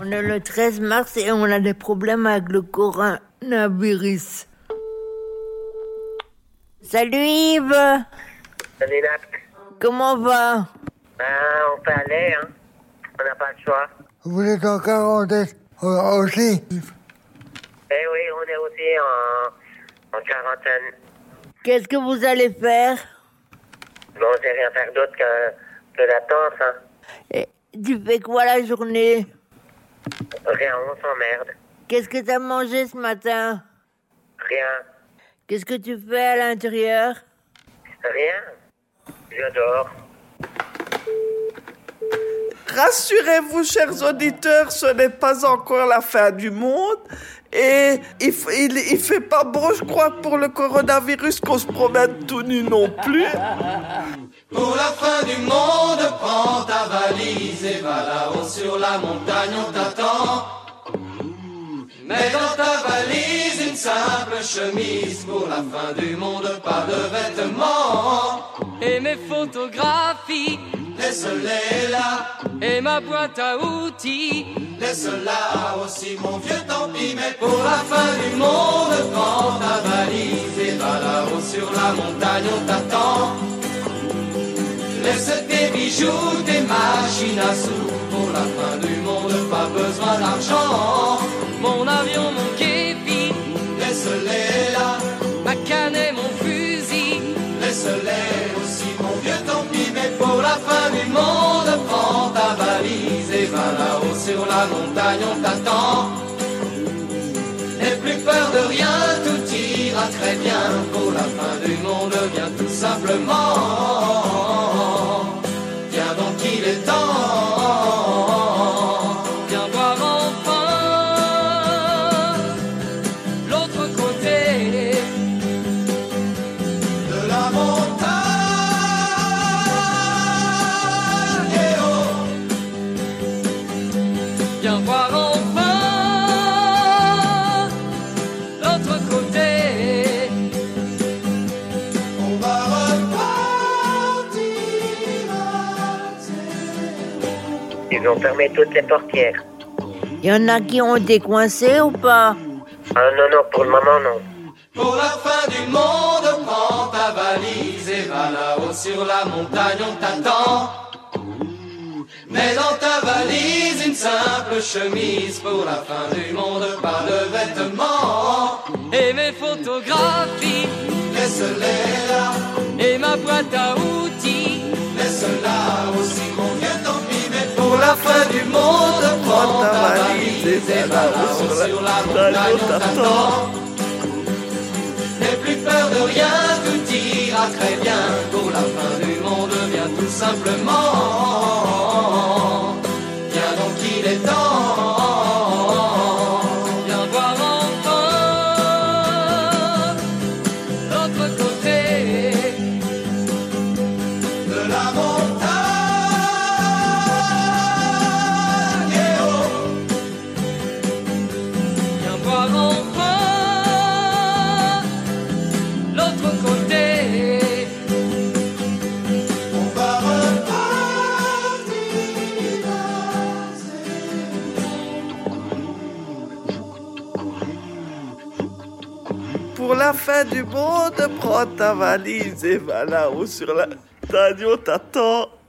On est le 13 mars et on a des problèmes avec le coronavirus. Salut Yves Salut Nat. Comment va Ben, on peut aller, hein. On n'a pas le choix. Vous êtes en quarantaine euh, aussi Eh oui, on est aussi en, en quarantaine. Qu'est-ce que vous allez faire Bon, on sait rien faire d'autre que, que l'attente, hein. Et Eh, Tu fais quoi la journée Rien, on s'emmerde. Qu'est-ce que t'as mangé ce matin Rien. Qu'est-ce que tu fais à l'intérieur Rien. Je dors. Rassurez-vous, chers auditeurs, ce n'est pas encore la fin du monde. Et il, f- il, il fait pas beau, je crois, pour le coronavirus qu'on se promène tout nu non plus. Pour la fin du monde, prends ta valise et va là-haut sur la montagne, on t'attend. Mets dans ta valise une simple chemise, pour la fin du monde, pas de vêtements. et mes photographies Laisse-les là, et ma boîte à outils. laisse-la aussi mon vieux, tant pis, mais pour la fin du monde, prends ta valise et va là-haut sur la montagne, on t'attend. Laisse tes bijoux, tes machines à sous. Pour la fin du monde, pas besoin d'argent. Mon avion, mon képi, Laisse-les là, ma canne et mon fusil. laisse-les aussi, mon vieux, tant pis. Mais pour la fin du monde, prends ta valise et va là-haut sur la montagne, on t'attend. N'aie plus peur de rien, tout ira très bien. Pour la fin du monde, viens tout simplement. Viens donc, il est temps. Viens voir enfin l'autre côté. de la montagne. Eh oh, Viens voir enfin l'autre côté. on va repartir à zéro. Ils ont fermé toutes les portières. Il y en a qui ont été coincés ou pas Ah non, non, pour le moment, non. Pour la fin du monde, prends ta valise et va là-haut sur la montagne, on t'attend. Mets dans ta valise une simple chemise pour la fin du monde, pas de vêtements. Et mes photographies Laisse-les là. et ma boîte à outils. Laisse-la aussi mon vieux tant pis mais pour la fin du monde prends ta valise et va là-haut sur la montagne on t'attend N'aie plus peur de rien, tout ira très bien Pour la fin du monde viens tout simplement Viens donc il est temps Viens voir enfin l'autre côté. de la montagne Eh oh Viens voir enfin l'autre côté. On va repartir à Pour la fin du monde, prends ta valise et va là-haut sur la montagne, on t'attend.